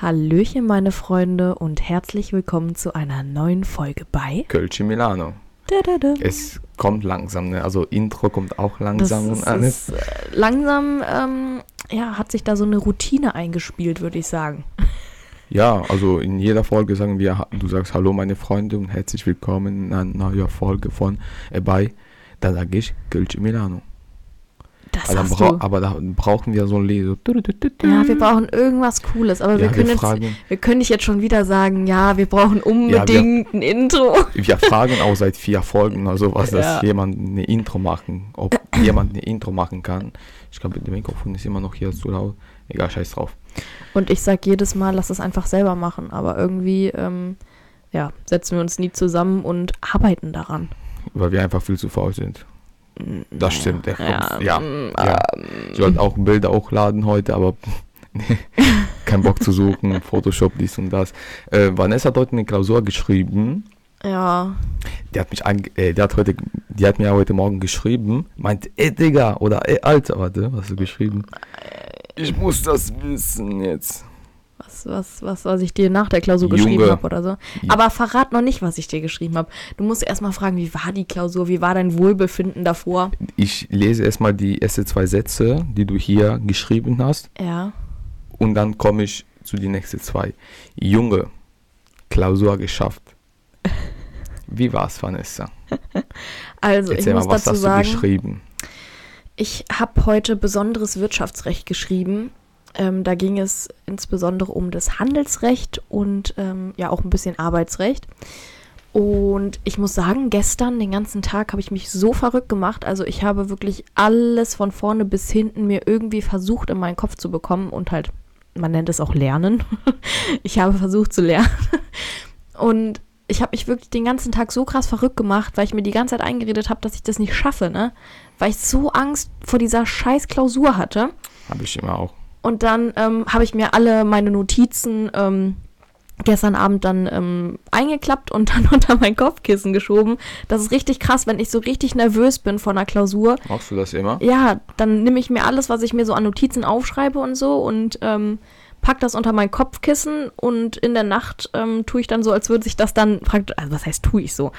Hallöchen, meine Freunde, und herzlich willkommen zu einer neuen Folge bei. Kölsche Milano. Da, da, da. Es kommt langsam, ne? also Intro kommt Das auch langsam ne? ist, und alles. ist, äh, langsam ähm, ja, hat sich da so eine Routine eingespielt, würde ich sagen. Ja, also in jeder Folge sagen wir, ha- du sagst Hallo meine Freunde und herzlich willkommen in einer neuen Folge von äh, bei, da sage ich Kölsche Milano. Das Aber, dann hast brau- du. aber da brauchen wir so ein Lied. so. Ja, wir brauchen irgendwas Cooles, aber wir Ja, wir können jetzt, fragen- wir können nicht jetzt schon wieder sagen, ja, wir brauchen unbedingt ein Intro. Wir fragen auch seit vier Folgen oder sowas, Ja. dass jemand eine Intro machen, ob jemand eine Intro machen kann. Ich glaube, das Mikrofon ist immer noch hier zu laut. Egal, scheiß drauf. Und ich sag jedes Mal, lass es einfach selber machen, aber irgendwie ähm, ja, setzen wir uns nie zusammen und arbeiten daran. Weil wir einfach viel zu faul sind. Das stimmt. Der Kopf, ja. ähm, ja. Ich wollte auch Bilder hochladen heute, aber nee, kein Bock zu suchen, Photoshop, dies und das. Äh, Vanessa hat heute eine Klausur geschrieben. ja. Die hat mich ange äh, die hat heute, die hat mir heute Morgen geschrieben, meint, ey Digga, oder ey Alter, warte, was hast du geschrieben? Ich muss das wissen jetzt. Was, was, was, was ich dir nach der Klausur Junge. geschrieben habe oder so. Ja. Aber verrat noch nicht, was ich dir geschrieben habe. Du musst erstmal fragen, wie war die Klausur, wie war dein Wohlbefinden davor? Ich lese erstmal die ersten zwei Sätze, die du hier geschrieben hast, Ja. und dann komme ich zu den nächsten zwei. Junge, Klausur geschafft. Wie war's, Vanessa? Also, Erzähl ich muss mal, was dazu hast du sagen, geschrieben? ich habe heute besonderes Wirtschaftsrecht geschrieben. Ähm, da ging es insbesondere um das Handelsrecht und ähm, ja auch ein bisschen Arbeitsrecht. Und ich muss sagen, gestern den ganzen Tag habe ich mich so verrückt gemacht. Also ich habe wirklich alles von vorne bis hinten mir irgendwie versucht in meinen Kopf zu bekommen und halt, man nennt es auch Lernen. Ich habe versucht zu lernen. Und ich habe mich wirklich den ganzen Tag so krass verrückt gemacht, weil ich mir die ganze Zeit eingeredet habe, dass ich das nicht schaffe, ne? Weil ich so Angst vor dieser scheiß Klausur hatte. Habe ich immer auch. Und dann ähm, habe ich mir alle meine Notizen ähm, gestern Abend dann ähm, eingeklappt und dann unter mein Kopfkissen geschoben. Das ist richtig krass, wenn ich so richtig nervös bin vor einer Klausur. Machst du das immer? Ja, dann nehme ich mir alles, was ich mir so an Notizen aufschreibe und so und ähm, pack das unter mein Kopfkissen und in der Nacht ähm, tue ich dann so, als würde sich das dann praktisch, also was heißt tue ich so?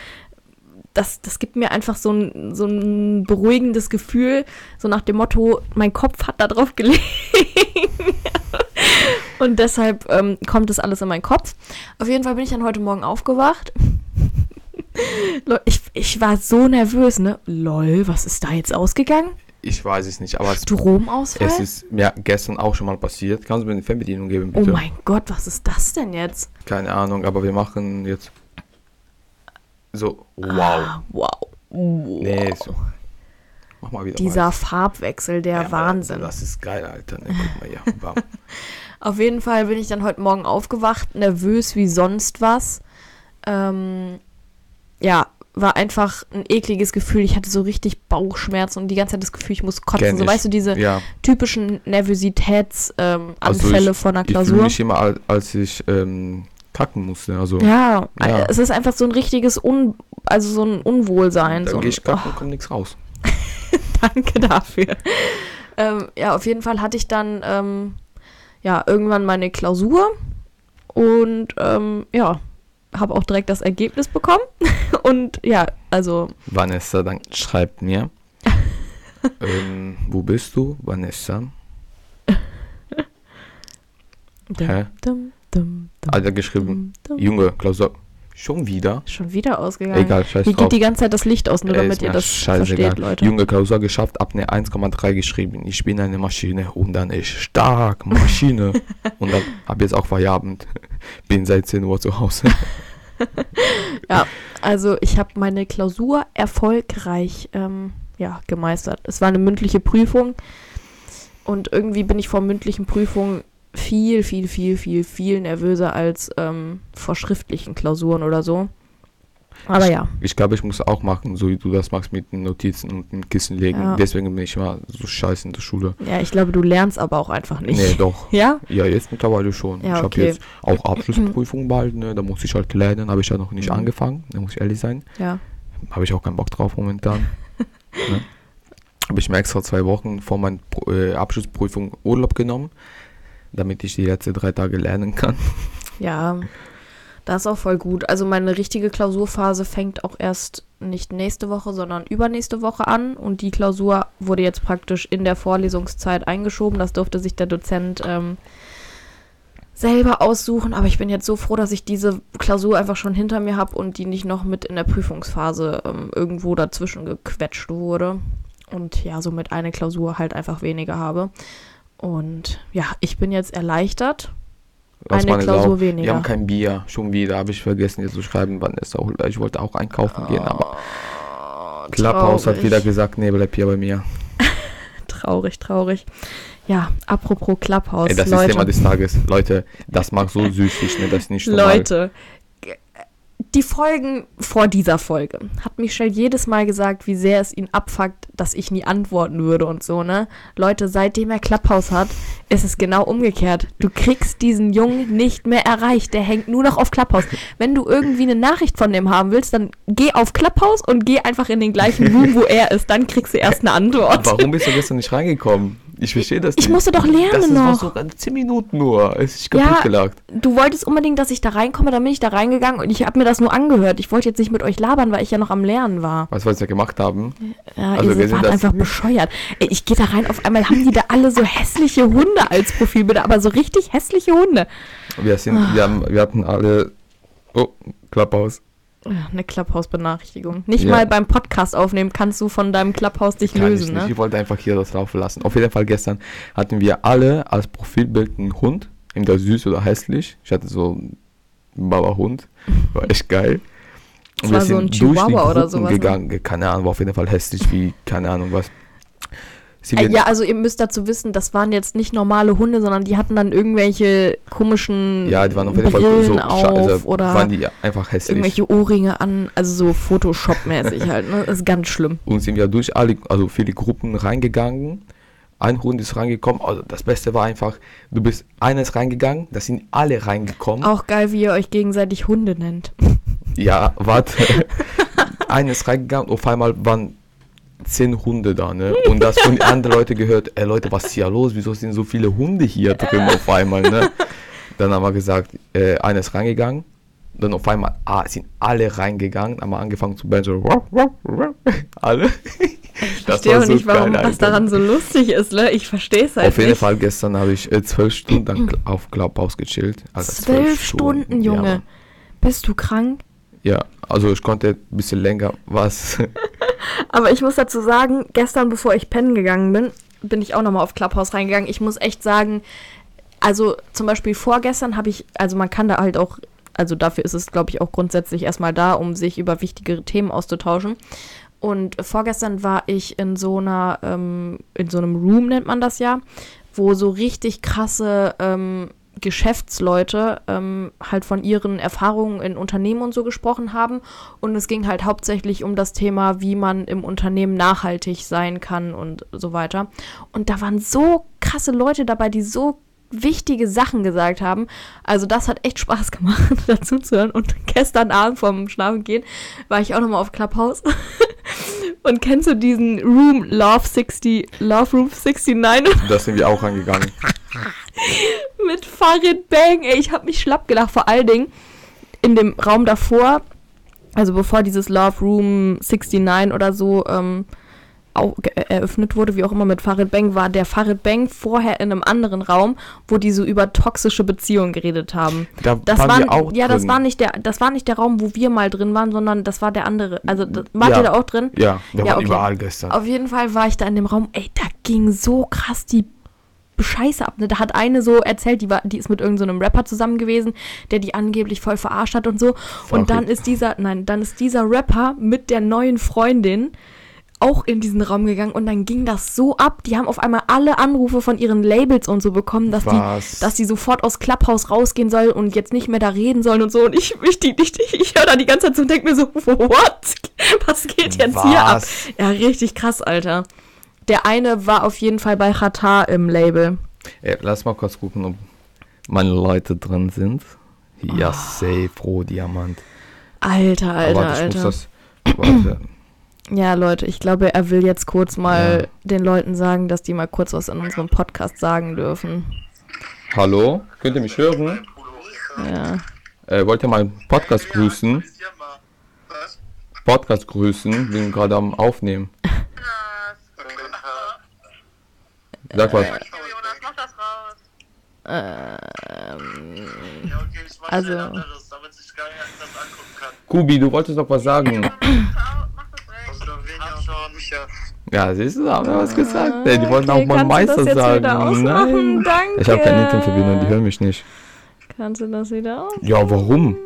Das, das gibt mir einfach so ein, so ein beruhigendes Gefühl, so nach dem Motto, mein Kopf hat da drauf gelegen. und deshalb ähm, kommt das alles in meinen Kopf. Auf jeden Fall bin ich dann heute Morgen aufgewacht. Lol, Ich, ich war so nervös, ne? Lol, was ist da jetzt ausgegangen? Ich weiß es nicht, aber es, Stromausfall? es ist mir gestern auch schon mal passiert. Kannst du mir eine Fernbedienung geben, oh bitte? mein Gott, was ist das denn jetzt? Keine Ahnung, aber wir machen jetzt so, wow. Ah, wow. wow. Nee, so. Mach mal wieder Dieser mal. Farbwechsel, der Ja, Wahnsinn. Das ist geil, Alter. Ne, guck mal, ja, bam. Auf jeden Fall bin ich dann heute Morgen aufgewacht, nervös wie sonst was. Ähm, ja, war einfach ein ekliges Gefühl. Ich hatte so richtig Bauchschmerzen und die ganze Zeit das Gefühl, ich muss kotzen. Kenn so ich. weißt du, diese ja. typischen Nervositätsanfälle ähm, Also Anfälle ich- von einer Ich fühle Klausur. mich immer, als, als ich ähm, kacken musste. Also, Ja, Ja. es ist einfach so ein richtiges Un also so ein Unwohlsein. so dann ein, Oh. gehe ich kacken und kommt nichts raus. Danke dafür. ähm, ja, auf jeden Fall hatte ich dann ähm, ja irgendwann meine Klausur und ähm, ja, habe auch direkt das Ergebnis bekommen. und ja, also Vanessa, dann schreibt mir. ähm, wo bist du, Vanessa? dum, Hä? dum, dum, dum, Alter geschrieben. dum, dum. Junge, Klausur. Schon wieder? schon wieder ausgegangen. Egal, scheiß Hier drauf. geht die ganze Zeit das Licht aus, nur Ey, damit ist ihr mir das versteht, Leute. Junge Klausur geschafft, ab ne eine 1,3 geschrieben. Ich bin eine Maschine und dann ich stark Maschine. und dann hab jetzt auch Feierabend. Bin seit 10 Uhr zu Hause. Also ich habe meine Klausur erfolgreich ähm, ja, gemeistert. Es war eine mündliche Prüfung und irgendwie bin ich vor mündlichen Prüfungen viel, viel, viel, viel, viel nervöser als ähm, vor schriftlichen Klausuren oder so. Aber ja, Ich glaube, ich muss auch machen, so wie du das machst mit den Notizen und dem Kissen legen. Ja. Deswegen bin ich immer so scheiße in der Schule. ja, ich glaube, du lernst aber auch einfach nicht. Nee, doch. Ja? Ja, jetzt mittlerweile schon. Ja, ich habe okay. jetzt auch Abschlussprüfung bald, ne? da muss ich halt lernen, habe ich ja noch nicht Mhm. angefangen, da muss ich ehrlich sein. Ja. Habe ich auch keinen Bock drauf momentan. ne? Habe ich mir extra zwei Wochen vor meiner Pro- äh, Abschlussprüfung Urlaub genommen. damit ich die letzten drei Tage lernen kann. Ja, das ist auch voll gut. Also meine richtige Klausurphase fängt auch erst nicht nächste Woche, sondern übernächste Woche an. Und die Klausur wurde jetzt praktisch in der Vorlesungszeit eingeschoben. Das durfte sich der Dozent ähm, selber aussuchen. Aber ich bin jetzt so froh, dass ich diese Klausur einfach schon hinter mir habe und die nicht noch mit in der Prüfungsphase ähm, irgendwo dazwischen gequetscht wurde. Und ja, somit eine Klausur halt einfach weniger habe. Und ja, ich bin jetzt erleichtert. Lass Eine mal Klausur laufen. Wir weniger. haben kein Bier. Schon wieder habe ich vergessen, jetzt zu schreiben, wann es auch. Ich wollte auch einkaufen gehen, aber Klapphaus Ah, hat traurig. wieder gesagt, nee, bleib hier bei mir. Traurig, traurig. Ja, apropos Clubhouse, Ey, das ist Thema Leute. des Tages. Leute, das mag so süß, ich mir das nicht normal. Leute, g- die Folgen vor dieser Folge hat Michelle jedes Mal gesagt, wie sehr es ihn abfuckt, dass ich nie antworten würde und so, ne? Leute, seitdem er Clubhouse hat, ist es genau umgekehrt. Du kriegst diesen Jungen nicht mehr erreicht. Der hängt nur noch auf Clubhouse. Wenn du irgendwie eine Nachricht von dem haben willst, dann geh auf Clubhouse und geh einfach in den gleichen Room, wo er ist. Dann kriegst du erst eine Antwort. Warum bist du gestern nicht reingekommen? Ich verstehe das Ich nicht. musste doch lernen das ist noch. so 10 Minuten nur. Es ist kaputt gelacht. du wolltest unbedingt, dass ich da reinkomme, dann bin ich da reingegangen und ich habe mir das nur angehört. Ich wollte jetzt nicht mit euch labern, weil ich ja noch am Lernen war. Weißt du, was wir gemacht haben? Ja, Also ihr wir seid sind wart das- einfach bescheuert. Ey, ich gehe da rein, auf einmal haben die da alle so hässliche Hunde als Profilbilder, aber so richtig hässliche Hunde. Wir, sind, Ah. wir, haben, wir hatten alle. Oh, Klapphaus. Ja, Eine Clubhouse-Benachrichtigung. Nicht Ja. mal beim Podcast aufnehmen kannst du von deinem Clubhouse dich Kann ich lösen, nicht. ne? Ich wollte einfach hier das laufen lassen. Auf jeden Fall gestern hatten wir alle als Profilbild einen Hund. Entweder süß oder hässlich. Ich hatte so einen Baba-Hund. War echt geil. Das war so ein Chihuahua oder sowas, ne? gegangen. Keine Ahnung, war auf jeden Fall hässlich wie, keine Ahnung was. Sind Äh, wir- ja, also ihr müsst dazu wissen, das waren jetzt nicht normale Hunde, sondern die hatten dann irgendwelche komischen ja, die waren auf jeden Fall Brillen so scha- auf also oder waren die einfach hässlich. irgendwelche Ohrringe an, also so Photoshop-mäßig halt, ne? Das ist ganz schlimm. Und sind wir durch alle, also viele Gruppen reingegangen. Ein Hund ist reingekommen. Also das Beste war einfach, du bist eines reingegangen, da sind alle reingekommen. Auch geil, wie ihr euch gegenseitig Hunde nennt. Ja, warte. Eines reingegangen, auf einmal waren zehn Hunde da, ne? Und das von anderen Leuten gehört, ey Leute, was ist hier los? Wieso sind so viele Hunde hier drin auf einmal, ne? Dann haben wir gesagt, äh, eines reingegangen. Dann auf einmal ah, sind alle reingegangen, haben wir angefangen zu bellen, so, wuff, wuff, wuff. alle. Ich Ich verstehe auch nicht, warum das daran so lustig ist, ne? Ich verstehe es halt Auf jeden nicht. Fall, gestern habe ich äh, zwölf Stunden lang auf Clubhouse gechillt. Alter, Zwölf Stunden, ja, Junge. Mann. Bist du krank? Ja, also ich konnte ein bisschen länger was. Aber ich muss dazu sagen, gestern, bevor ich pennen gegangen bin, bin ich auch nochmal auf Clubhouse reingegangen. Ich muss echt sagen, also zum Beispiel vorgestern habe ich, also man kann da halt auch, also dafür ist es, glaube ich, auch grundsätzlich erstmal da, um sich über wichtigere Themen auszutauschen. Und vorgestern war ich in so einer, ähm, in so einem Room nennt man das ja, wo so richtig krasse ähm, Geschäftsleute ähm, halt von ihren Erfahrungen in Unternehmen und so gesprochen haben. Und es ging halt hauptsächlich um das Thema, wie man im Unternehmen nachhaltig sein kann und so weiter. Und da waren so krasse Leute dabei, die so wichtige Sachen gesagt haben. Also das hat echt Spaß gemacht, dazu zu hören. Und gestern Abend vorm Schlafengehen war ich auch nochmal auf Clubhouse. Und kennst du diesen Room Love 60, Love Room 69? Da sind wir auch rangegangen. mit Farid Bang. Ey, ich hab mich schlapp gelacht. Vor allen Dingen in dem Raum davor, also bevor dieses Love Room 69 oder so ähm, au- ge- äh, eröffnet wurde, wie auch immer mit Farid Bang, war der Farid Bang vorher in einem anderen Raum, wo die so über toxische Beziehungen geredet haben. Da Das waren war, wir auch ja, das drin. war nicht der, das war nicht der Raum, wo wir mal drin waren, sondern das war der andere. Also das, wart Ja. ihr da auch drin? Ja, wir Ja, waren okay. überall gestern. Auf jeden Fall war ich da in dem Raum, ey, da ging so krass die Scheiße ab. Ne? Da hat eine so erzählt, die, war, die ist mit irgendeinem so einem Rapper zusammen gewesen, der die angeblich voll verarscht hat und so. Und dann ist dieser, nein, dann ist dieser Rapper mit der neuen Freundin auch in diesen Raum gegangen und dann ging das so ab. Die haben auf einmal alle Anrufe von ihren Labels und so bekommen, dass Was? die, dass die sofort aus Clubhouse rausgehen sollen und jetzt nicht mehr da reden sollen und so. Und ich, ich, die- ich, ich, ich höre da die ganze Zeit so und denke mir so, what? Was geht jetzt hier ab? Was? Ja, richtig krass, Alter. Der eine war auf jeden Fall bei Qatar im Label. Ey, lass mal kurz gucken, ob meine Leute drin sind. Ja, safe, Rohdiamant. Alter, Ah. Alter, Aber ich Alter. muss das. Warte. Ja, Leute, ich glaube, er will jetzt kurz mal den Leuten sagen, dass die mal kurz was in unserem Podcast sagen dürfen. Hallo? Könnt ihr mich hören? Ja. Äh, wollt ihr meinen Podcast grüßen? Podcast grüßen, bin gerade am Aufnehmen. Sag was. Äh. Jonas, mach das raus. Ja, okay, ich mach Also- also. anderes, damit sich gar nicht das angucken kann. Kubi, du wolltest doch was sagen. Au, Mach das recht. Und dann weniger schon. Ja, siehst du, haben wir was gesagt. Ey, die wollten Okay, auch mal kannst du das Meister jetzt wieder sagen. ausmachen? Nein. Danke. Ich habe keine Internetverbindung, die hören mich nicht. Kannst du das wieder aus? Ja, warum?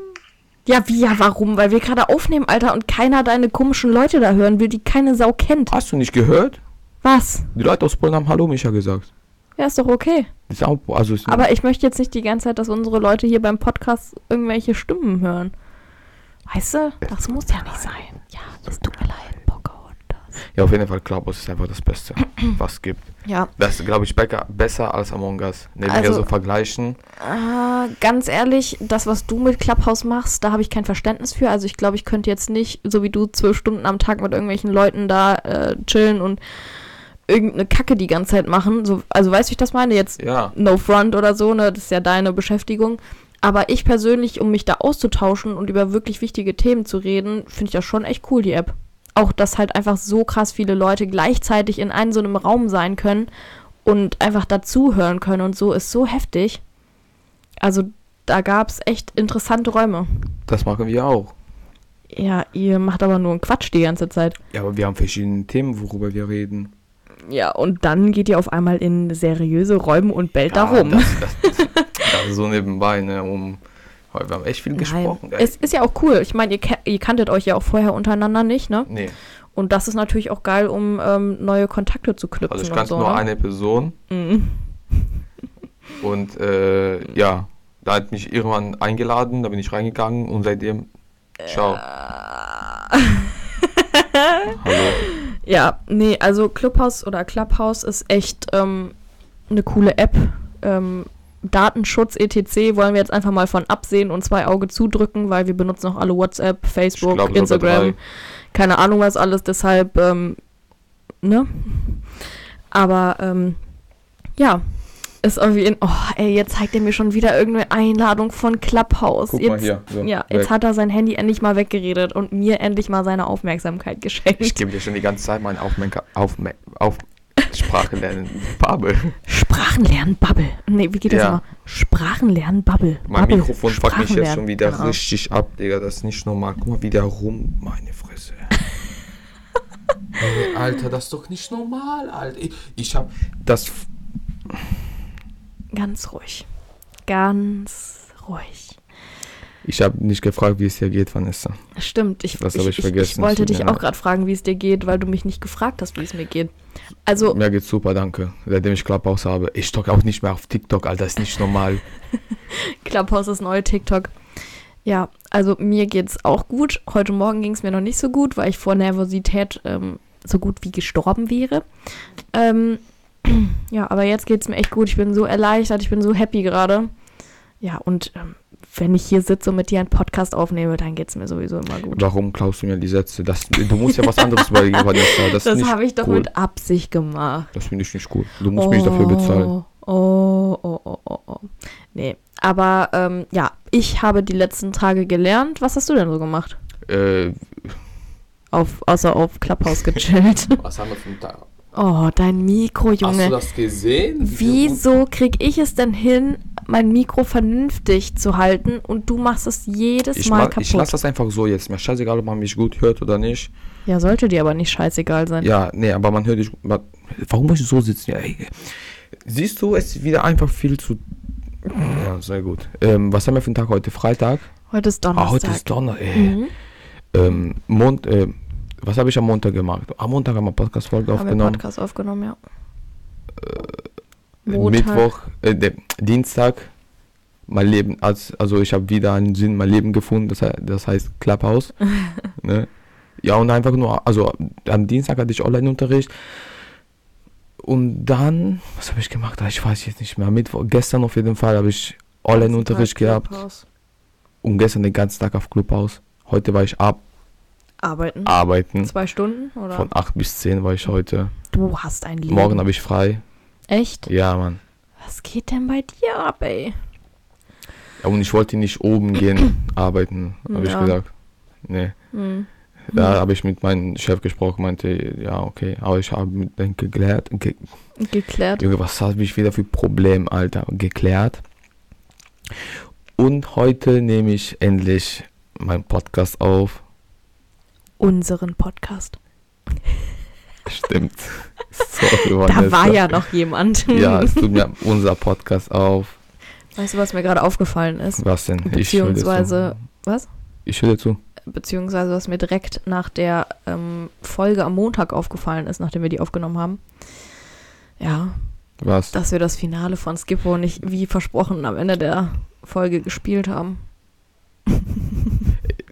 Ja, wie, ja, warum? Weil wir gerade aufnehmen, Alter, und keiner deine komischen Leute da hören will, die keine Sau kennt. Hast du nicht gehört? Was? Die Leute aus Polen haben Hallo Micha gesagt. Ja, ist doch okay. Ist auch, also ist Aber ich möchte jetzt nicht die ganze Zeit, dass unsere Leute hier beim Podcast irgendwelche Stimmen hören. Weißt du, das muss ja nicht sein. Oh Ja, es tut mir leid, Pocahontas. ja, auf jeden Fall, Clubhouse ist einfach das Beste, was es gibt. Ja, Das ist, glaube ich, becker- besser als Among Us. Ne, wenn wir Also- so vergleichen. äh, ganz ehrlich, das, was du mit Clubhouse machst, da habe ich kein Verständnis für. Also ich glaube, ich könnte jetzt nicht, so wie du, zwölf Stunden am Tag mit irgendwelchen Leuten da äh, chillen und irgendeine Kacke die ganze Zeit machen. So, also weißt du, wie ich das meine? Jetzt Ja. No Front oder so, ne? Das ist ja deine Beschäftigung. Aber ich persönlich, um mich da auszutauschen und über wirklich wichtige Themen zu reden, finde ich das schon echt cool, die App. Auch, dass halt einfach so krass viele Leute gleichzeitig in einem so einem Raum sein können und einfach dazuhören können und so, ist so heftig. Also, da gab es echt interessante Räume. Das machen wir auch. Ja, ihr macht aber nur einen Quatsch die ganze Zeit. Ja, aber wir haben verschiedene Themen, worüber wir reden. Ja, und dann geht ihr auf einmal in seriöse Räume und bellt Ja, da rum. Das, das, das, das ist so nebenbei, ne? Um, wir haben echt viel gesprochen. Nein. Es ist ja auch cool. Ich meine, ihr, ke- ihr kanntet euch ja auch vorher untereinander nicht, ne? nee, Und das ist natürlich auch geil, um ähm, neue Kontakte zu knüpfen. also ich und kannte so, nur ne? eine Person. Mhm. Und äh, ja, da hat mich irgendwann eingeladen, da bin ich reingegangen und seitdem. Ciao. Äh. Hallo. Ja, nee, also Clubhouse oder Clubhouse ist echt ähm, eine coole App. Ähm, Datenschutz etc. wollen wir jetzt einfach mal von absehen und zwei Auge zudrücken, weil wir benutzen auch alle WhatsApp, Facebook, glaub sogar drei. Instagram, keine Ahnung was alles, deshalb, ähm, ne? Aber ähm, ja, ist irgendwie in. Oh, ey, jetzt zeigt er mir schon wieder irgendeine Einladung von Clubhouse. Guck jetzt, mal hier, so, ja, weg. jetzt hat er sein Handy endlich mal weggeredet und mir endlich mal seine Aufmerksamkeit geschenkt. Ich gebe dir schon die ganze Zeit meine Aufmerksamkeit auf, auf Sprache lernen. Babel. Sprachen lernen, Bubble. Nee, wie geht das Ja. immer? Sprachen lernen, Bubble. Mein Bubble. Mikrofon fuckt Sprachen mich jetzt lernen. Genau. schon wieder Keine Ahnung. richtig ab, Digga. Das ist nicht normal. Guck mal, wie der rum. Meine Fresse. Ey, Alter, das ist doch nicht normal, Alter. Ich, ich hab. Das. Ganz ruhig. Ganz ruhig. Ich hab nicht gefragt, wie es dir geht, Vanessa. Stimmt, ich, Das habe ich vergessen, Ich wollte tut mir dich leid. auch gerade fragen, wie es dir geht, weil du mich nicht gefragt hast, wie es mir geht. Also, Mir geht's super, danke. Seitdem ich Clubhouse habe. Ich stocke auch nicht mehr auf TikTok, Alter. Das ist nicht normal. Clubhouse ist neue TikTok. Ja, also mir geht's auch gut. Heute Morgen ging's mir noch nicht so gut, weil ich vor Nervosität ähm, so gut wie gestorben wäre. Ähm, ja, aber jetzt geht's mir echt gut. Ich bin so erleichtert, ich bin so happy gerade. Ja, und ähm, wenn ich hier sitze und mit dir einen Podcast aufnehme, dann geht's mir sowieso immer gut. Warum klaust du mir die Sätze? Das, du musst ja was anderes überlegen, Vanessa. Das, ist Das nicht habe ich doch cool. mit Absicht gemacht. Das finde ich nicht cool. Du musst mich dafür bezahlen. Oh, oh, oh, oh, oh. Nee, aber ähm, ja, ich habe die letzten Tage gelernt. Was hast du denn so gemacht? Äh, Auf, außer auf Clubhouse gechillt. was haben wir für einen Tag? oh, dein Mikro, Junge. das gesehen? Wieso krieg ich es denn hin, mein Mikro vernünftig zu halten und du machst es jedes Ich, Mal ma- kaputt? ich lasse das einfach so jetzt. Mir scheißegal, ob man mich gut hört oder nicht. ja, sollte dir aber nicht scheißegal sein. Ja, nee, aber man hört dich. Man, warum muss ich so sitzen? Ja, ey. Siehst du, es ist wieder einfach viel zu. Ja, sehr gut. Ähm, was haben wir für einen Tag heute? Freitag? Heute ist Donnerstag. Mhm. Ah, heute ist Donnerstag. Äh. Ähm, Mond, äh, was habe ich am Montag gemacht? Am Montag haben wir Podcast-Folge Haben wir aufgenommen. Äh, Podcast aufgenommen, ja. Mittwoch, äh, de, Dienstag, mein Leben, als, also ich habe wieder einen Sinn in mein Leben gefunden, das, he- das heißt Clubhouse. ne? Ja, und einfach nur, also am Dienstag hatte ich Online-Unterricht. Und dann, was habe ich gemacht? Ah, Ich weiß jetzt nicht mehr. Mittwoch, gestern auf jeden Fall habe ich Online-Unterricht gehabt Clubhouse. und gestern den ganzen Tag auf Clubhouse. Heute war ich ab, Arbeiten. arbeiten. Zwei Stunden, oder? Von 8 bis 10 war ich heute. du hast ein Leben. Morgen habe ich frei. Echt? Ja, Mann. Was geht denn bei dir ab, ey? Ja, und ich wollte nicht oben gehen arbeiten, habe ich Ja. Hm. gesagt. Nee. Da habe ich mit meinem Chef gesprochen, meinte, ja, okay, aber ich habe mit denen geklärt. Ge Geklärt. Junge, was habe ich wieder für Problem, Alter? Geklärt. Und heute nehme ich endlich meinen Podcast auf. Unseren Podcast. Stimmt. Sorry, Da war Vanessa. ja noch jemand. Ja, es tut mir unser Podcast auf. Weißt du, was mir gerade aufgefallen ist? Was denn? Ich höre dir zu. Beziehungsweise, was? Ich höre dir zu. Beziehungsweise, was mir direkt nach der ähm, Folge am Montag aufgefallen ist, nachdem wir die aufgenommen haben. Ja, Was? dass wir das Finale von Skippo nicht wie versprochen am Ende der Folge gespielt haben.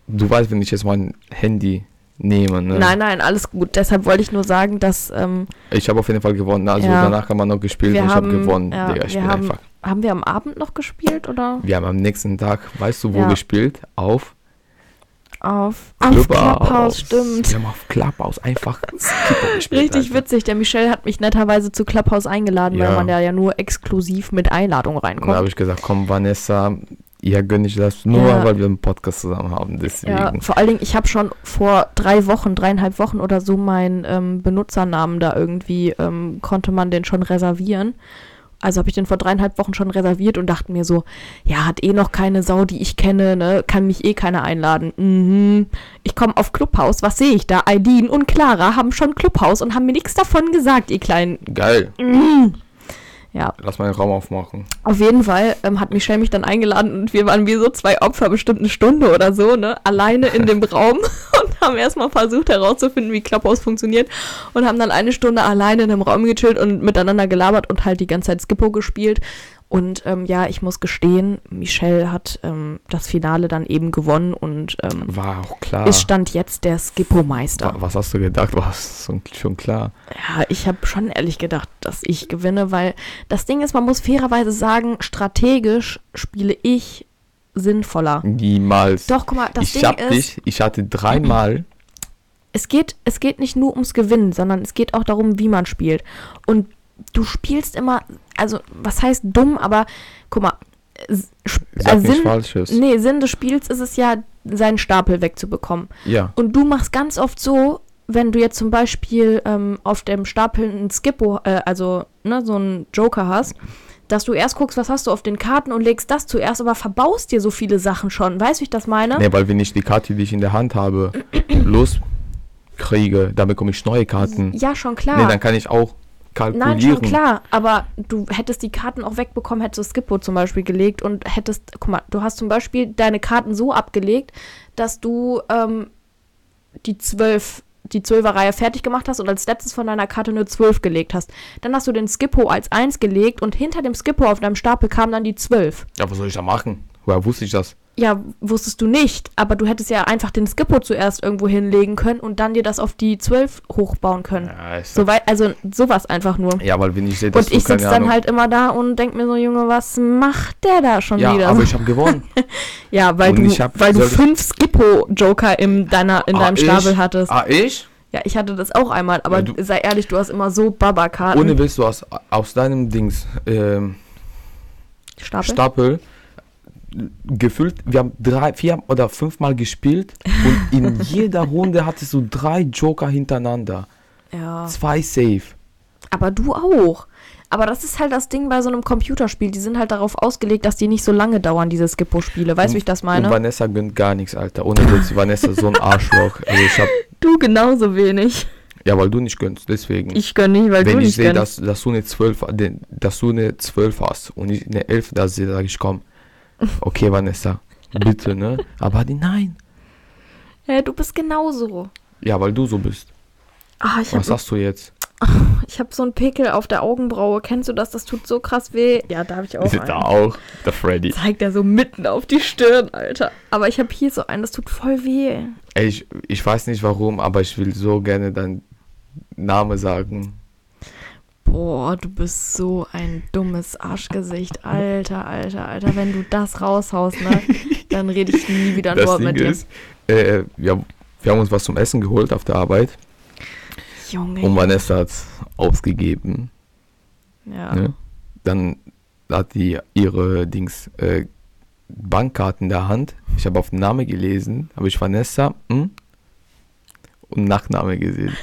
Du weißt, wenn ich jetzt mein Handy nehme, ne? Nein, nein, alles gut. Deshalb wollte ich nur sagen, dass ähm, Ich habe auf jeden Fall gewonnen. Also Ja. danach haben wir noch gespielt wir und ich habe haben, gewonnen. ja, Digga, ich wir bin haben, einfach. haben wir am Abend noch gespielt oder Wir haben am nächsten Tag, weißt du, wo Ja. gespielt? Auf auf auf Clubhouse, Wir stimmt. haben auf Clubhouse einfach Skipper gespielt. Richtig Alter. witzig. Der Michel hat mich netterweise zu Clubhouse eingeladen, weil Ja. man da ja nur exklusiv mit Einladung Und da reinkommt. habe ich gesagt, komm, Vanessa, ihr gönne ich das nur, Ja. weil wir einen Podcast zusammen haben. Deswegen. Ja, vor allen Dingen, ich habe schon vor drei Wochen, dreieinhalb Wochen oder so meinen ähm, Benutzernamen da irgendwie, ähm, konnte man den schon reservieren. Also habe ich den vor dreieinhalb Wochen schon reserviert und dachte mir so, ja, hat eh noch keine Sau, die ich kenne, ne? kann mich eh keiner einladen. Mhm. Ich komme auf Clubhouse, was sehe ich da? Aideen und Clara haben schon Clubhouse und haben mir nichts davon gesagt, ihr kleinen. Geil. Mhm. Ja, Lass mal den Raum aufmachen. auf jeden Fall ähm, hat Michelle mich dann eingeladen und wir waren wie so zwei Opfer, bestimmt eine Stunde oder so, ne? Alleine in dem Raum und haben erstmal versucht herauszufinden, wie Clubhouse funktioniert und haben dann eine Stunde alleine in einem Raum gechillt und miteinander gelabert und halt die ganze Zeit Skippo gespielt. Und ähm, ja, ich muss gestehen, Michelle hat ähm, das Finale dann eben gewonnen und ähm, War auch klar. ist Stand jetzt der Skippo-Meister. Wa- Was hast du gedacht? War schon, schon klar. Ja, ich habe schon ehrlich gedacht, dass ich gewinne, weil das Ding ist, man muss fairerweise sagen, strategisch spiele ich sinnvoller. Niemals. Doch, guck mal, das ich Ding hab ist, dich, ich hatte dreimal. es geht, es geht nicht nur ums Gewinnen, sondern es geht auch darum, wie man spielt. Und du spielst immer, also was heißt dumm, aber guck mal, s- sp- Sag also nichts Falsches. Nee, Sinn des Spiels ist es ja, seinen Stapel wegzubekommen. Ja. Und du machst ganz oft so, wenn du jetzt zum Beispiel ähm, auf dem Stapel einen Skippo, äh, also ne, so einen Joker hast, dass du erst guckst, was hast du auf den Karten und legst das zuerst, aber verbaust dir so viele Sachen schon. Weißt du, wie ich das meine? Nee, Ne, weil wenn ich die Karte, die ich in der Hand habe, loskriege, dann bekomme ich neue Karten. Ja, schon klar. Nee, dann kann ich auch kalkulieren. Nein, schon klar, aber du hättest die Karten auch wegbekommen, hättest du Skippo zum Beispiel gelegt und hättest, guck mal, du hast zum Beispiel deine Karten so abgelegt, dass du ähm, die zwölf, die Zwölferreihe fertig gemacht hast und als letztes von deiner Karte nur zwölf gelegt hast. Dann hast du den Skippo als eins gelegt und hinter dem Skippo auf deinem Stapel kam dann die zwölf. Ja, was soll ich da machen? Woher wusste ich das? Ja, wusstest du nicht, aber du hättest ja einfach den Skippo zuerst irgendwo hinlegen können und dann dir das auf die zwölf hochbauen können. Ja, ist so weit, also sowas einfach nur. Ja, weil wenn ich sehe, dass Und du ich keine sitze dann Ahnung- halt immer da und denk mir so, Junge, was macht der da schon Ja, wieder? aber ich habe gewonnen. ja, weil und du, ich hab- weil du soll ich- fünf Skippo-Joker in, deiner, in deinem ich? Stapel hattest. Ah, ich? Ja, ich hatte das auch einmal, aber Ja, du- sei ehrlich, du hast immer so Babakarten. Ohne Witz, du hast aus deinem Dings ähm, Stapel. Stapel gefüllt. Wir haben drei, vier oder fünfmal gespielt und in jeder Runde hattest du drei Joker hintereinander. Ja. Zwei safe. Aber du auch. Aber das ist halt das Ding bei so einem Computerspiel. Die sind halt darauf ausgelegt, dass die nicht so lange dauern, diese Skippo-Spiele. Weißt du, wie ich das Und meine? Vanessa gönnt gar nichts, Alter. Ohne Witz, Vanessa ist so ein Arschloch. Also ich hab, Du genauso wenig. ja, weil du nicht gönnst, deswegen. Ich gönn nicht, weil Wenn du ich nicht sehe, gönnst. dass, dass, du eine 12, ha- den- dass du eine 12 hast und ich eine 11 da sehe, sage ich, komm, okay, Vanessa, bitte, ne? Aber die, nein. Ja, du bist genauso. Ja, weil du so bist. Ah, ich hab Was hast du jetzt? Ich habe so einen Pickel auf der Augenbraue. Kennst du das? Das tut so krass weh. Ja, da habe ich auch einen. auch der Freddy. Zeigt er so mitten auf die Stirn, Alter. Aber ich habe hier so einen, das tut voll weh. Ey, ich, ich weiß nicht warum, aber ich will so gerne deinen Namen sagen. Boah, du bist so ein dummes Arschgesicht. Alter, alter, alter. Wenn du das raushaust, ne, dann rede ich nie wieder ein Das Wort Ding mit dir. ist, äh, wir, wir haben uns was zum Essen geholt auf der Arbeit Junge. Oh und Vanessa hat's ausgegeben. ja. Ne? Dann hat die ihre Dings äh, Bankkarten in der Hand. Ich habe auf den Namen gelesen, habe ich Vanessa hm, und Nachname gesehen.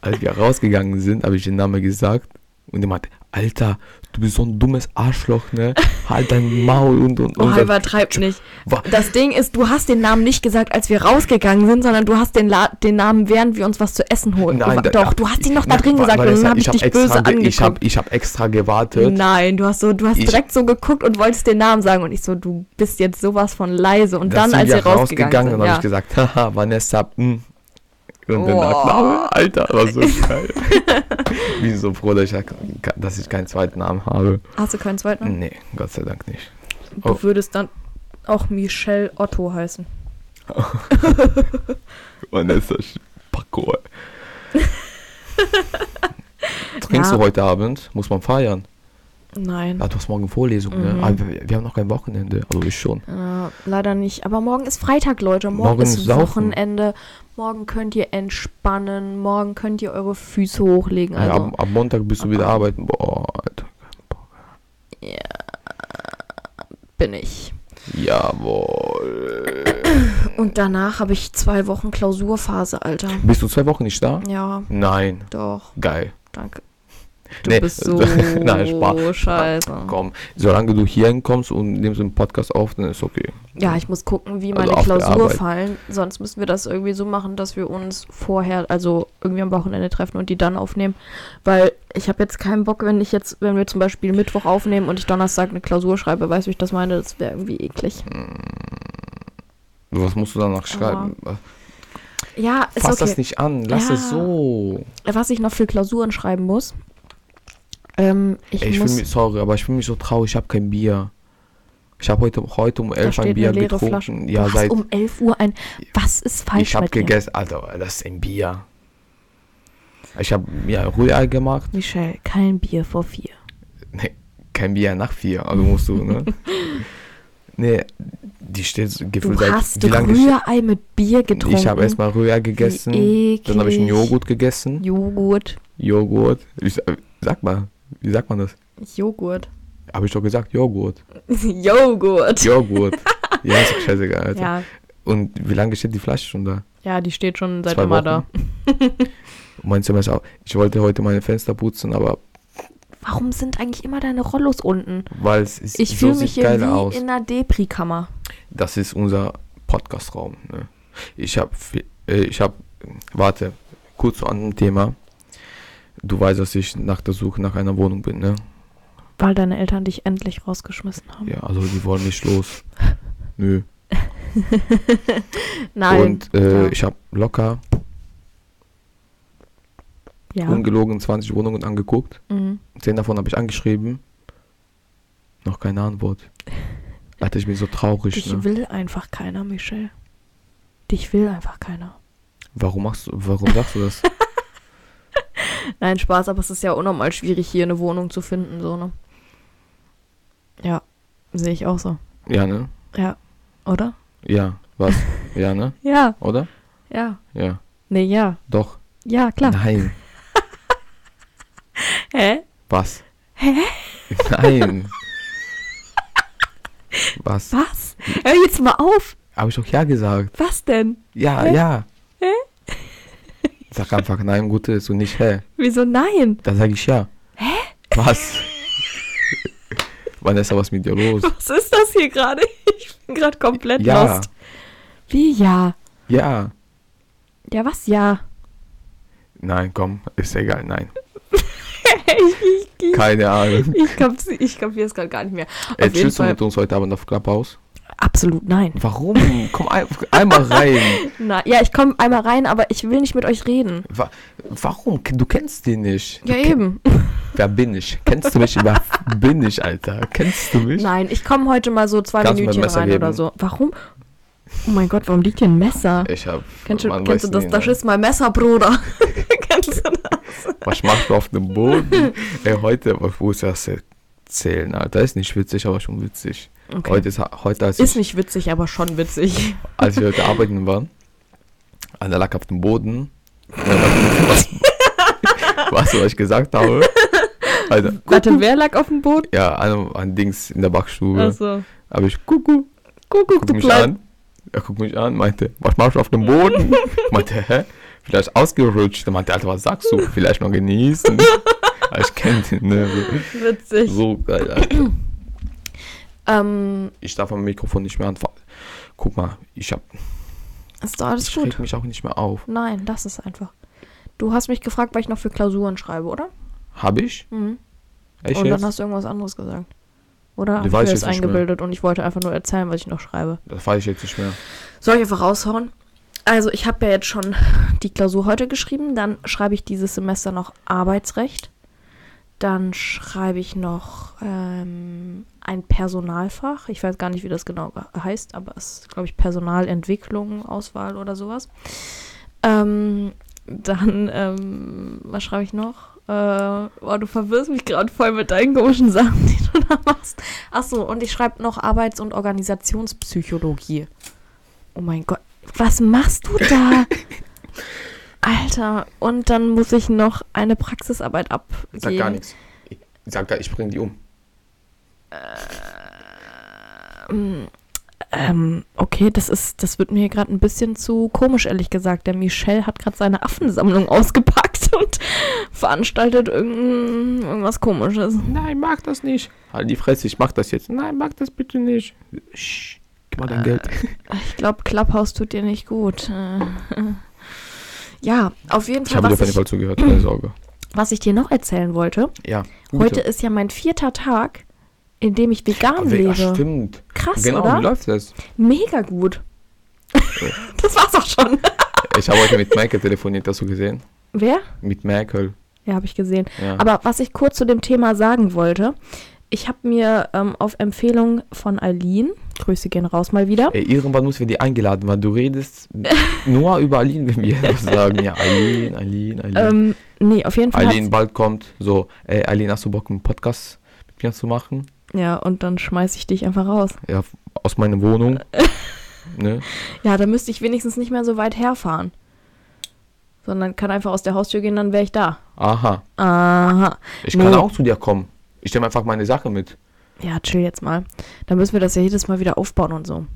Als wir rausgegangen sind, habe ich den Namen gesagt und er meinte, Alter, du bist so ein dummes Arschloch, ne? Halt dein Maul und und Oh, und. Halber treibt nicht. Wa- Das Ding ist, du hast den Namen nicht gesagt, als wir rausgegangen sind, sondern du hast den, La den Namen, während wir uns was zu essen holen. Nein, da- Doch, du hast ihn noch da Nein, drin Wa- gesagt und Vanessa, dann habe ich, hab dich extra böse ge- angeguckt. Ich habe ich hab extra gewartet. Nein, du hast so, du hast Ich- direkt so geguckt und wolltest den Namen sagen und ich so, du bist jetzt sowas von leise und dann, sind als wir wir rausgegangen sind, dann ja. habe ich gesagt, haha, Vanessa, mh. Und dann Oh. Nachname, Alter, war so geil. ich bin so froh, dass ich, halt dass ich keinen zweiten Namen habe. hast du keinen zweiten Namen? Nee, Gott sei Dank nicht. Du Hm, Oh. würdest dann auch Michelle Otto heißen. Vanessa Sch- Paco. ey. Trinkst Ja. du heute Abend? Muss man feiern. Nein, Ah, du hast morgen Vorlesung, Mhm. ne? Ah, wir, wir haben noch kein Wochenende, aber ich schon. äh, leider nicht. Aber morgen ist Freitag, Leute. Morgen, Morgen ist ist Saufen. Wochenende. Morgen könnt ihr entspannen. Morgen könnt ihr eure Füße hochlegen. ja, Also, ab, ab Montag bist du wieder arbeiten. Boah, Alter. bin ich. Jawohl. Und danach habe ich zwei Wochen Klausurphase, Alter. Bist du zwei Wochen nicht da? Ja, Nein. doch. Geil. Danke. Du bist so Äh, Nein, Spaß. scheiße. Komm, solange du hier hinkommst und nimmst den Podcast auf, dann ist okay. Ja, ich muss gucken, wie Also meine auf der Klausuren Arbeit. fallen. Sonst müssen wir das irgendwie so machen, dass wir uns vorher, also irgendwie am Wochenende treffen und die dann aufnehmen. Weil ich habe jetzt keinen Bock, wenn ich jetzt, wenn wir zum Beispiel Mittwoch aufnehmen und ich Donnerstag eine Klausur schreibe, weißt du, wie ich das meine? Das wäre irgendwie eklig. Hm. Was musst du danach schreiben? Ja, ist Fass das okay. nicht an, lass Ja. es so. Was ich noch für Klausuren schreiben muss, ähm, ich, Ey, ich fühl muss, mich, sorry, aber ich fühle mich so traurig, ich habe kein Bier. Ich habe heute, heute um da 11 ein steht Bier eine leere getrunken. Flasche. Ja, du hast seit um 11 Uhr ein, was ist falsch ich habe mit dir? gegessen. Alter, das ist ein Bier. Ich habe ja Rührei gemacht. Michelle, kein Bier vor vier. Nee, kein Bier nach vier, also musst du, ne? nee, die steht so Du gefühlt seit hast wie lange steht- Rührei mit Bier getrunken. Ich habe erstmal Rührei gegessen, dann habe ich einen eklig. Joghurt gegessen. Joghurt. Joghurt. Ich, sa- sag mal, wie sagt man das? Joghurt. Habe ich doch gesagt, Joghurt. Joghurt. Joghurt. ja, ist doch scheißegal, Alter. Ja, Und wie lange steht die Flasche schon da? ja, die steht schon seit Zwei immer Wochen. da. Mein Zimmer ist auch. Ich wollte heute meine Fenster putzen, aber Warum sind eigentlich immer deine Rollos unten? weil es ist, Ich so fühle mich hier sieht geil wie aus. in einer Depri-Kammer. Das ist unser Podcast-Raum. Ne? Ich habe, äh, ich habe, warte, kurz zu anderem Thema. Du weißt, dass ich nach der Suche nach einer Wohnung bin, ne? Weil deine Eltern dich endlich rausgeschmissen haben. Ja, also die wollen mich los. Nö. Nein. Und äh, Ja. ich habe locker ja. ungelogen 20 Wohnungen angeguckt. Mhm. 10 davon habe ich angeschrieben. Noch keine Antwort. Dachte ich mir so traurig. Dich Ne? will einfach keiner, Michelle. Dich will einfach keiner. Warum machst du, warum sagst du das? Nein, Spaß, aber es ist ja unnormal schwierig, hier eine Wohnung zu finden, so, ne? Ja, sehe ich auch so. ja, ne? Ja, oder? Ja, was? Ja, ne? Ja, Oder? ja. Ja, Nee, ja. doch. Ja, klar. Nein. Hä? Was? Hä? Nein. was? Was? Hör jetzt mal auf. Habe ich doch ja gesagt. Was denn? Ja, Hä? ja. Sag einfach nein, Gutes und nicht hä. Wieso nein? Dann sage ich ja. Hä? Was? Vanessa, was ist mit dir los? Was ist das hier gerade? Ich bin gerade komplett Ja, lost. Wie ja? ja. Ja, was ja? Nein, komm, ist egal, nein. ich ich, Keine Ahnung. ich, kapier- ich kapiere es gerade gar nicht mehr. Auf Äh, jeden chillst du Fall. mit uns heute Abend auf Clubhouse? Absolut nein. Warum? komm ein, einmal rein. Na, ja, ich komme einmal rein, aber ich will nicht mit euch reden. Wa warum? Du kennst den nicht. Ja, eben. Wer bin ich? Kennst du mich? Wer bin ich, Alter? Kennst du mich? Nein, ich komme heute mal so zwei Kannst du mir ein Minütchen Messer rein geben? oder so. Warum? Oh mein Gott, warum liegt hier ein Messer? Ich hab. Kennst du, man kennst du weiß das? nie, das ne? ist mein Messer, Bruder. kennst du das? Was machst du auf dem Boden? Ey, heute, wo ist das erzählen, Alter? Ist nicht witzig, aber schon witzig. Okay. Heute ist, heute als Ist ich, nicht witzig, aber schon witzig. als wir heute arbeiten waren, einer lag auf dem Boden. Und dann war- Was, was, was ich gesagt habe, Also, Warte, wer lag auf dem Boden? ja, an, an Dings in der Backstube. Also, Aber ich, Kuckuck, Kuckuck, guck du mich Kleid. an. Er guckt mich an, meinte, was machst du auf dem Boden? meinte, hä? Vielleicht ausgerutscht. Er meinte, Alter, was sagst du? Vielleicht noch genießen. Aber ich kenne den, ne? Witzig. So geil, Alter. Ähm, Ich darf am Mikrofon nicht mehr anfangen. Guck mal, ich hab. ist doch alles ich gut. reg mich auch nicht mehr auf. Nein, lass es einfach. Du hast mich gefragt, weil ich noch für Klausuren schreibe, oder? Hab ich? Mhm. Echt und dann jetzt? hast du irgendwas anderes gesagt. Oder? Die Hab ich weiß mir das ich jetzt nicht mehr. eingebildet und ich wollte einfach nur erzählen, was ich noch schreibe. Das weiß ich jetzt nicht mehr. Soll ich einfach raushauen? Also ich habe ja jetzt schon die Klausur heute geschrieben, dann schreibe ich dieses Semester noch Arbeitsrecht, dann schreibe ich noch ähm, ein Personalfach, ich weiß gar nicht, wie das genau ge- heißt, aber es ist, glaube ich, Personalentwicklung, Auswahl oder sowas. Ähm, dann, ähm, was schreibe ich noch? Äh, oh, du verwirrst mich gerade voll mit deinen komischen Sachen, die du da machst. Achso, und ich schreibe noch Arbeits- und Organisationspsychologie. Oh mein Gott, was machst du da? Alter, und dann muss ich noch eine Praxisarbeit abgeben. Sag gar nichts. Ich Sag gar, ich bring die um. Ähm, okay, das ist, das wird mir gerade ein bisschen zu komisch, ehrlich gesagt. Der Michel hat gerade seine Affensammlung ausgepackt und veranstaltet irgend, irgendwas komisches. Nein, mach das nicht. Halt die Fresse, ich mach das jetzt. Nein, mach das bitte nicht. Sch, gib mal dein Äh, Geld. Ich glaube, Clubhouse tut dir nicht gut. Äh, Ja, auf jeden Ich Fall, habe dir auf was jeden ich, Fall zugehört, keine Sorge. was ich dir noch erzählen wollte. Ja. Heute ist ja mein vierter Tag, in dem ich vegan Anlege. lebe. Ah, stimmt. Krass, genau, oder? wie läuft das? Mega gut. das war's auch schon. Ich habe heute mit Michael telefoniert, hast du gesehen? Wer? Mit Michael. Ja, habe ich gesehen. Ja. Aber was ich kurz zu dem Thema sagen wollte, ich habe mir ähm, auf Empfehlung von Eileen, Grüße gehen raus mal wieder. Ey, irgendwann müssen wir die eingeladen, weil du redest nur über Aline, wenn wir etwas sagen. Ja, Aline, Aline, Aline. Ähm, nee, auf jeden Fall. Aline hat's- bald kommt. So, ey, Aline, hast du Bock, einen Podcast mit mir zu machen? Ja, und dann schmeiß ich dich einfach raus. Ja, f- aus meiner Wohnung. ne? Ja, da müsste ich wenigstens nicht mehr so weit herfahren. Sondern kann einfach aus der Haustür gehen, dann wäre ich da. Aha. Aha. Ich kann Nee. auch zu dir kommen. Ich nehme einfach meine Sache mit. Ja, chill jetzt mal. Dann müssen wir das ja jedes Mal wieder aufbauen und so.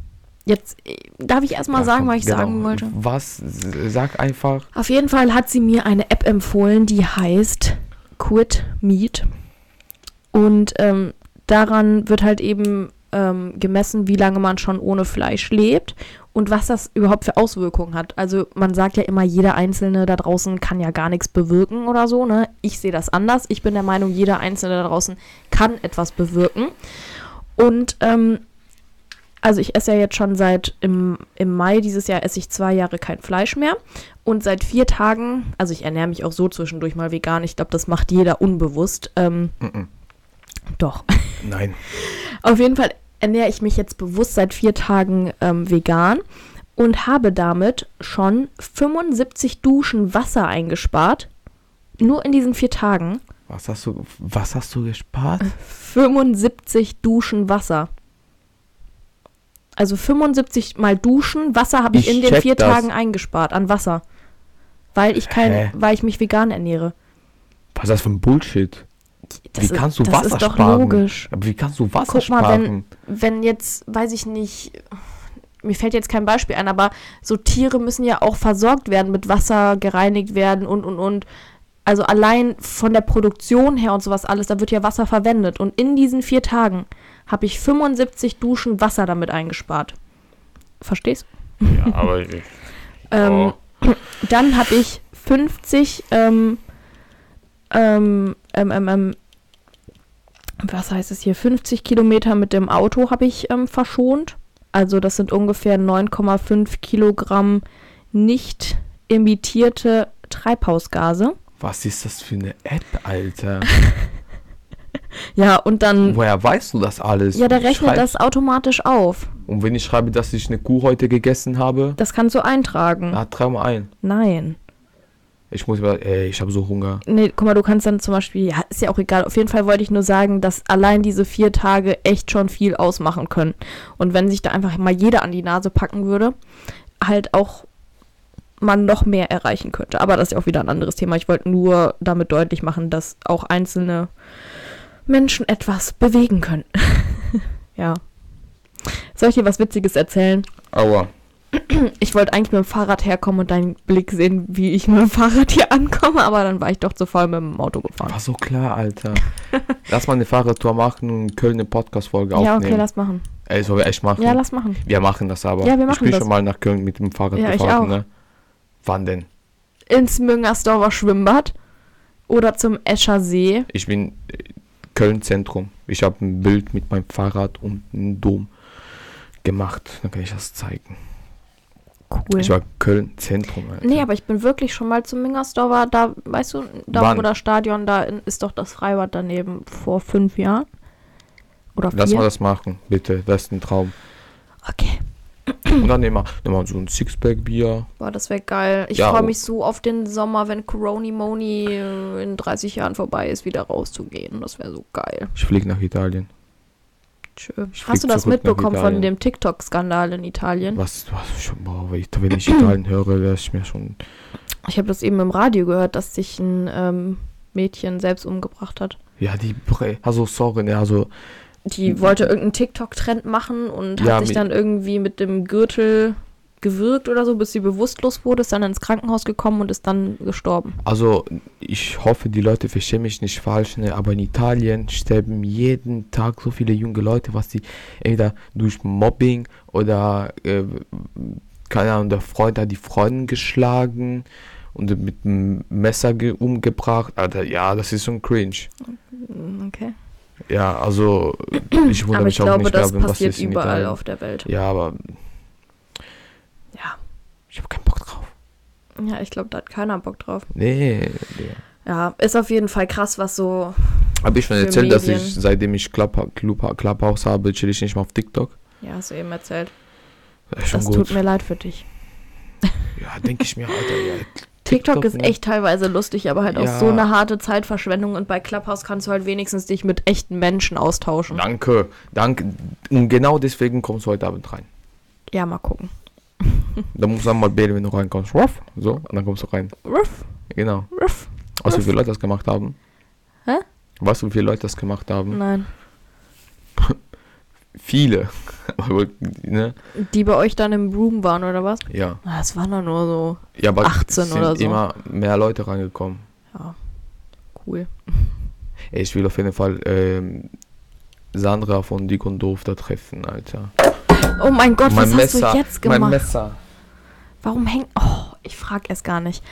Jetzt äh, darf ich erstmal mal Ja, sagen, komm, was ich genau. sagen wollte. Was? S- Sag einfach. Auf jeden Fall hat sie mir eine App empfohlen, die heißt Quit Meat. Und ähm, daran wird halt eben ähm, gemessen, wie lange man schon ohne Fleisch lebt und was das überhaupt für Auswirkungen hat. Also man sagt ja immer, jeder Einzelne da draußen kann ja gar nichts bewirken oder so. Ne? Ich sehe das anders. Ich bin der Meinung, jeder Einzelne da draußen kann etwas bewirken. Und ähm, also ich esse ja jetzt schon seit im, im Mai dieses Jahr esse ich zwei Jahre kein Fleisch mehr. Und seit vier Tagen, also ich ernähre mich auch so zwischendurch mal vegan. Ich glaube, das macht jeder unbewusst. Ähm, Mhm. Doch. Nein. Auf jeden Fall ernähre ich mich jetzt bewusst seit vier Tagen ähm, vegan und habe damit schon 75 Duschen Wasser eingespart. Nur in diesen vier Tagen. Was hast du, was hast du gespart? Äh. 75 Duschen Wasser. Also 75 mal Duschen Wasser habe ich, Ich in den check vier das. Tagen eingespart an Wasser. Weil ich kein, Hä? weil ich mich vegan ernähre. Was ist das für ein Bullshit? Das wie kannst du ist, Wasser Das ist doch sparen? logisch. Aber wie kannst du Wasser Guck mal, wenn, sparen? wenn jetzt, weiß ich nicht, mir fällt jetzt kein Beispiel ein, aber so Tiere müssen ja auch versorgt werden, mit Wasser gereinigt werden und, und, und. Also allein von der Produktion her und sowas alles, da wird ja Wasser verwendet. Und in diesen vier Tagen habe ich 75 Duschen Wasser damit eingespart. Verstehst? ja, aber Oh. oh. Ähm, Dann habe ich 50, ähm, ähm, ähm, ähm, ähm, was heißt es hier, 50 Kilometer mit dem Auto habe ich ähm, verschont. Also das sind ungefähr 9,5 Kilogramm nicht emittierte Treibhausgase. was ist das für eine App, Alter? Ja, und dann, Woher weißt du das alles? ja, der Ich rechnet schreib- das automatisch auf. Und wenn ich schreibe, dass ich eine Kuh heute gegessen habe, Das kannst du eintragen. na, trau mal ein. Nein. Ich muss mal, ey, ich habe so Hunger. Nee, guck mal, du kannst dann zum Beispiel, ja, ist ja auch egal. Auf jeden Fall wollte ich nur sagen, dass allein diese vier Tage echt schon viel ausmachen können. Und wenn sich da einfach mal jeder an die Nase packen würde, halt auch man noch mehr erreichen könnte. Aber das ist ja auch wieder ein anderes Thema. Ich wollte nur damit deutlich machen, dass auch einzelne Menschen etwas bewegen können. ja. Soll ich dir was Witziges erzählen? Aua. Ich wollte eigentlich mit dem Fahrrad herkommen und deinen Blick sehen, wie ich mit dem Fahrrad hier ankomme, aber dann war ich doch zu voll mit dem Auto gefahren. War so klar, Alter. Lass mal eine Fahrradtour machen und in Köln eine Podcast-Folge Ja, aufnehmen. okay, lass machen. Ey, sollen wir echt machen? Ja, lass machen. wir machen das aber. Ja, wir machen ich bin das. schon mal nach Köln mit dem Fahrrad Ja, ich gefahren, auch. ne? Wann denn? Ins Müngersdorfer Schwimmbad oder zum Escher See. Ich bin äh, Köln Zentrum. Ich habe ein Bild mit meinem Fahrrad und einem Dom gemacht. Dann kann ich das zeigen. Cool. Ich war Köln Zentrum. Alter. Nee, aber ich bin wirklich schon mal zum Mingersdorfer, da, weißt du, da Wann? wo das Stadion, da in- ist doch das Freibad daneben vor fünf Jahren. Oder vier. Lass mal das machen, bitte. Das ist ein Traum. Okay. Hm. Und dann nehmen wir, nehmen wir so ein Sixpack-Bier. Boah, das wäre geil. Ich Ja, freue oh. mich so auf den Sommer, wenn Coroni Moni äh, in 30 Jahren vorbei ist, wieder rauszugehen. Das wäre so geil. Ich fliege nach Italien. Tschö. flieg Hast du das zurück nach mitbekommen von Italien. dem TikTok-Skandal in Italien? Was, was ich, boah, wenn ich- wenn ich Italien höre, wäre ich mir schon. Ich habe das eben im Radio gehört, dass sich ein ähm, Mädchen selbst umgebracht hat. Ja, die. Bre also, sorry, ne, also. die wollte irgendeinen TikTok-Trend machen und Ja, hat sich mi- dann irgendwie mit dem Gürtel gewürgt oder so, bis sie bewusstlos wurde, ist dann ins Krankenhaus gekommen und ist dann gestorben. Also, ich hoffe, die Leute verstehen mich nicht falsch, ne? aber in Italien sterben jeden Tag so viele junge Leute, was sie entweder durch Mobbing oder, äh, keine Ahnung, der Freund hat die Freundin geschlagen und mit einem Messer ge- umgebracht. Alter, ja, das ist schon cringe. Okay. Ja, also, ich wundere Aber ich mich auch glaube, nicht das mehr, was passiert ist in überall Italien. auf der Welt. Ja, aber Ja. ich habe keinen Bock drauf. Ja, ich glaube, da hat keiner Bock drauf. Nee, nee. Ja, ist auf jeden Fall krass, was so. Habe ich schon Für erzählt, dass ich, Medien. seitdem ich Club, Club, Clubhouse habe, chill ich nicht mehr auf TikTok? Ja, hast du eben erzählt. Ja, schon das gut. tut mir leid für dich. Ja, denke ich mir, Alter. Ja. TikTok ist ne? echt teilweise lustig, aber halt auch Ja. so eine harte Zeitverschwendung und bei Clubhouse kannst du halt wenigstens dich mit echten Menschen austauschen. Danke, danke. Und genau deswegen kommst du heute Abend rein. Ja, mal gucken. Da musst du einmal beten, wenn du reinkommst. Ruff, so, und dann kommst du rein. Ruff, Genau. ruff. Weißt du, wie viele Leute das gemacht haben? Hä? Weißt du, wie viele Leute das gemacht haben? Nein. Viele. Aber, ne? Die bei euch dann im Room waren, oder was? Ja. Ah, Es waren doch nur so ja aber 18 es sind oder so. immer mehr Leute reingekommen. cool. Ey, ich will auf jeden Fall ähm, Sandra von Dick und Doof da treffen, Alter. Oh mein Gott, was hast du jetzt mein gemacht? Messer. Warum hängt. Oh, ich frag es gar nicht.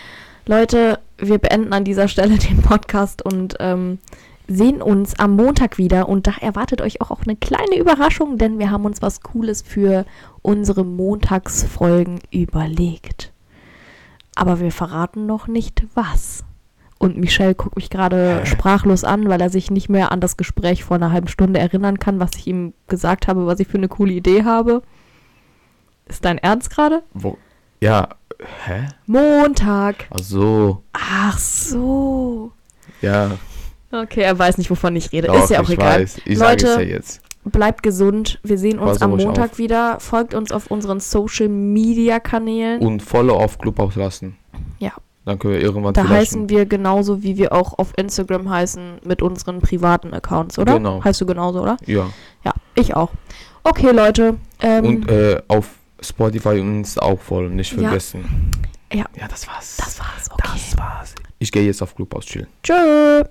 Leute, wir beenden an dieser Stelle den Podcast und ähm, sehen uns am Montag wieder. Und da erwartet euch auch, auch eine kleine Überraschung, denn wir haben uns was Cooles für unsere Montagsfolgen überlegt. Aber wir verraten noch nicht was. Und Michel guckt mich gerade sprachlos an, weil er sich nicht mehr an das Gespräch vor einer halben Stunde erinnern kann, was ich ihm gesagt habe, was ich für eine coole Idee habe. Ist dein Ernst gerade? Wo? Ja, hä? Montag. Ach so. Ach so. Ja, Okay, er weiß nicht, wovon ich rede. doch, ist ja auch ich egal. weiß. Ich sage es ja Leute, jetzt. bleibt gesund. Wir sehen uns Pass am ruhig Montag auf. wieder. Folgt uns auf unseren Social Media Kanälen. Und Follow auf Clubhouse lassen. Ja. Dann können wir irgendwann Da vielleicht- heißen wir genauso, wie wir auch auf Instagram heißen, mit unseren privaten Accounts, oder? Genau. Heißt du genauso, oder? Ja. Ja, ich auch. Okay, Leute. Ähm, Und äh, auf Spotify und Insta auch folgen, nicht Ja. vergessen. Ja. das war's. das war's. Okay. war's. Ich gehe jetzt auf Clubhouse chillen. Tschö.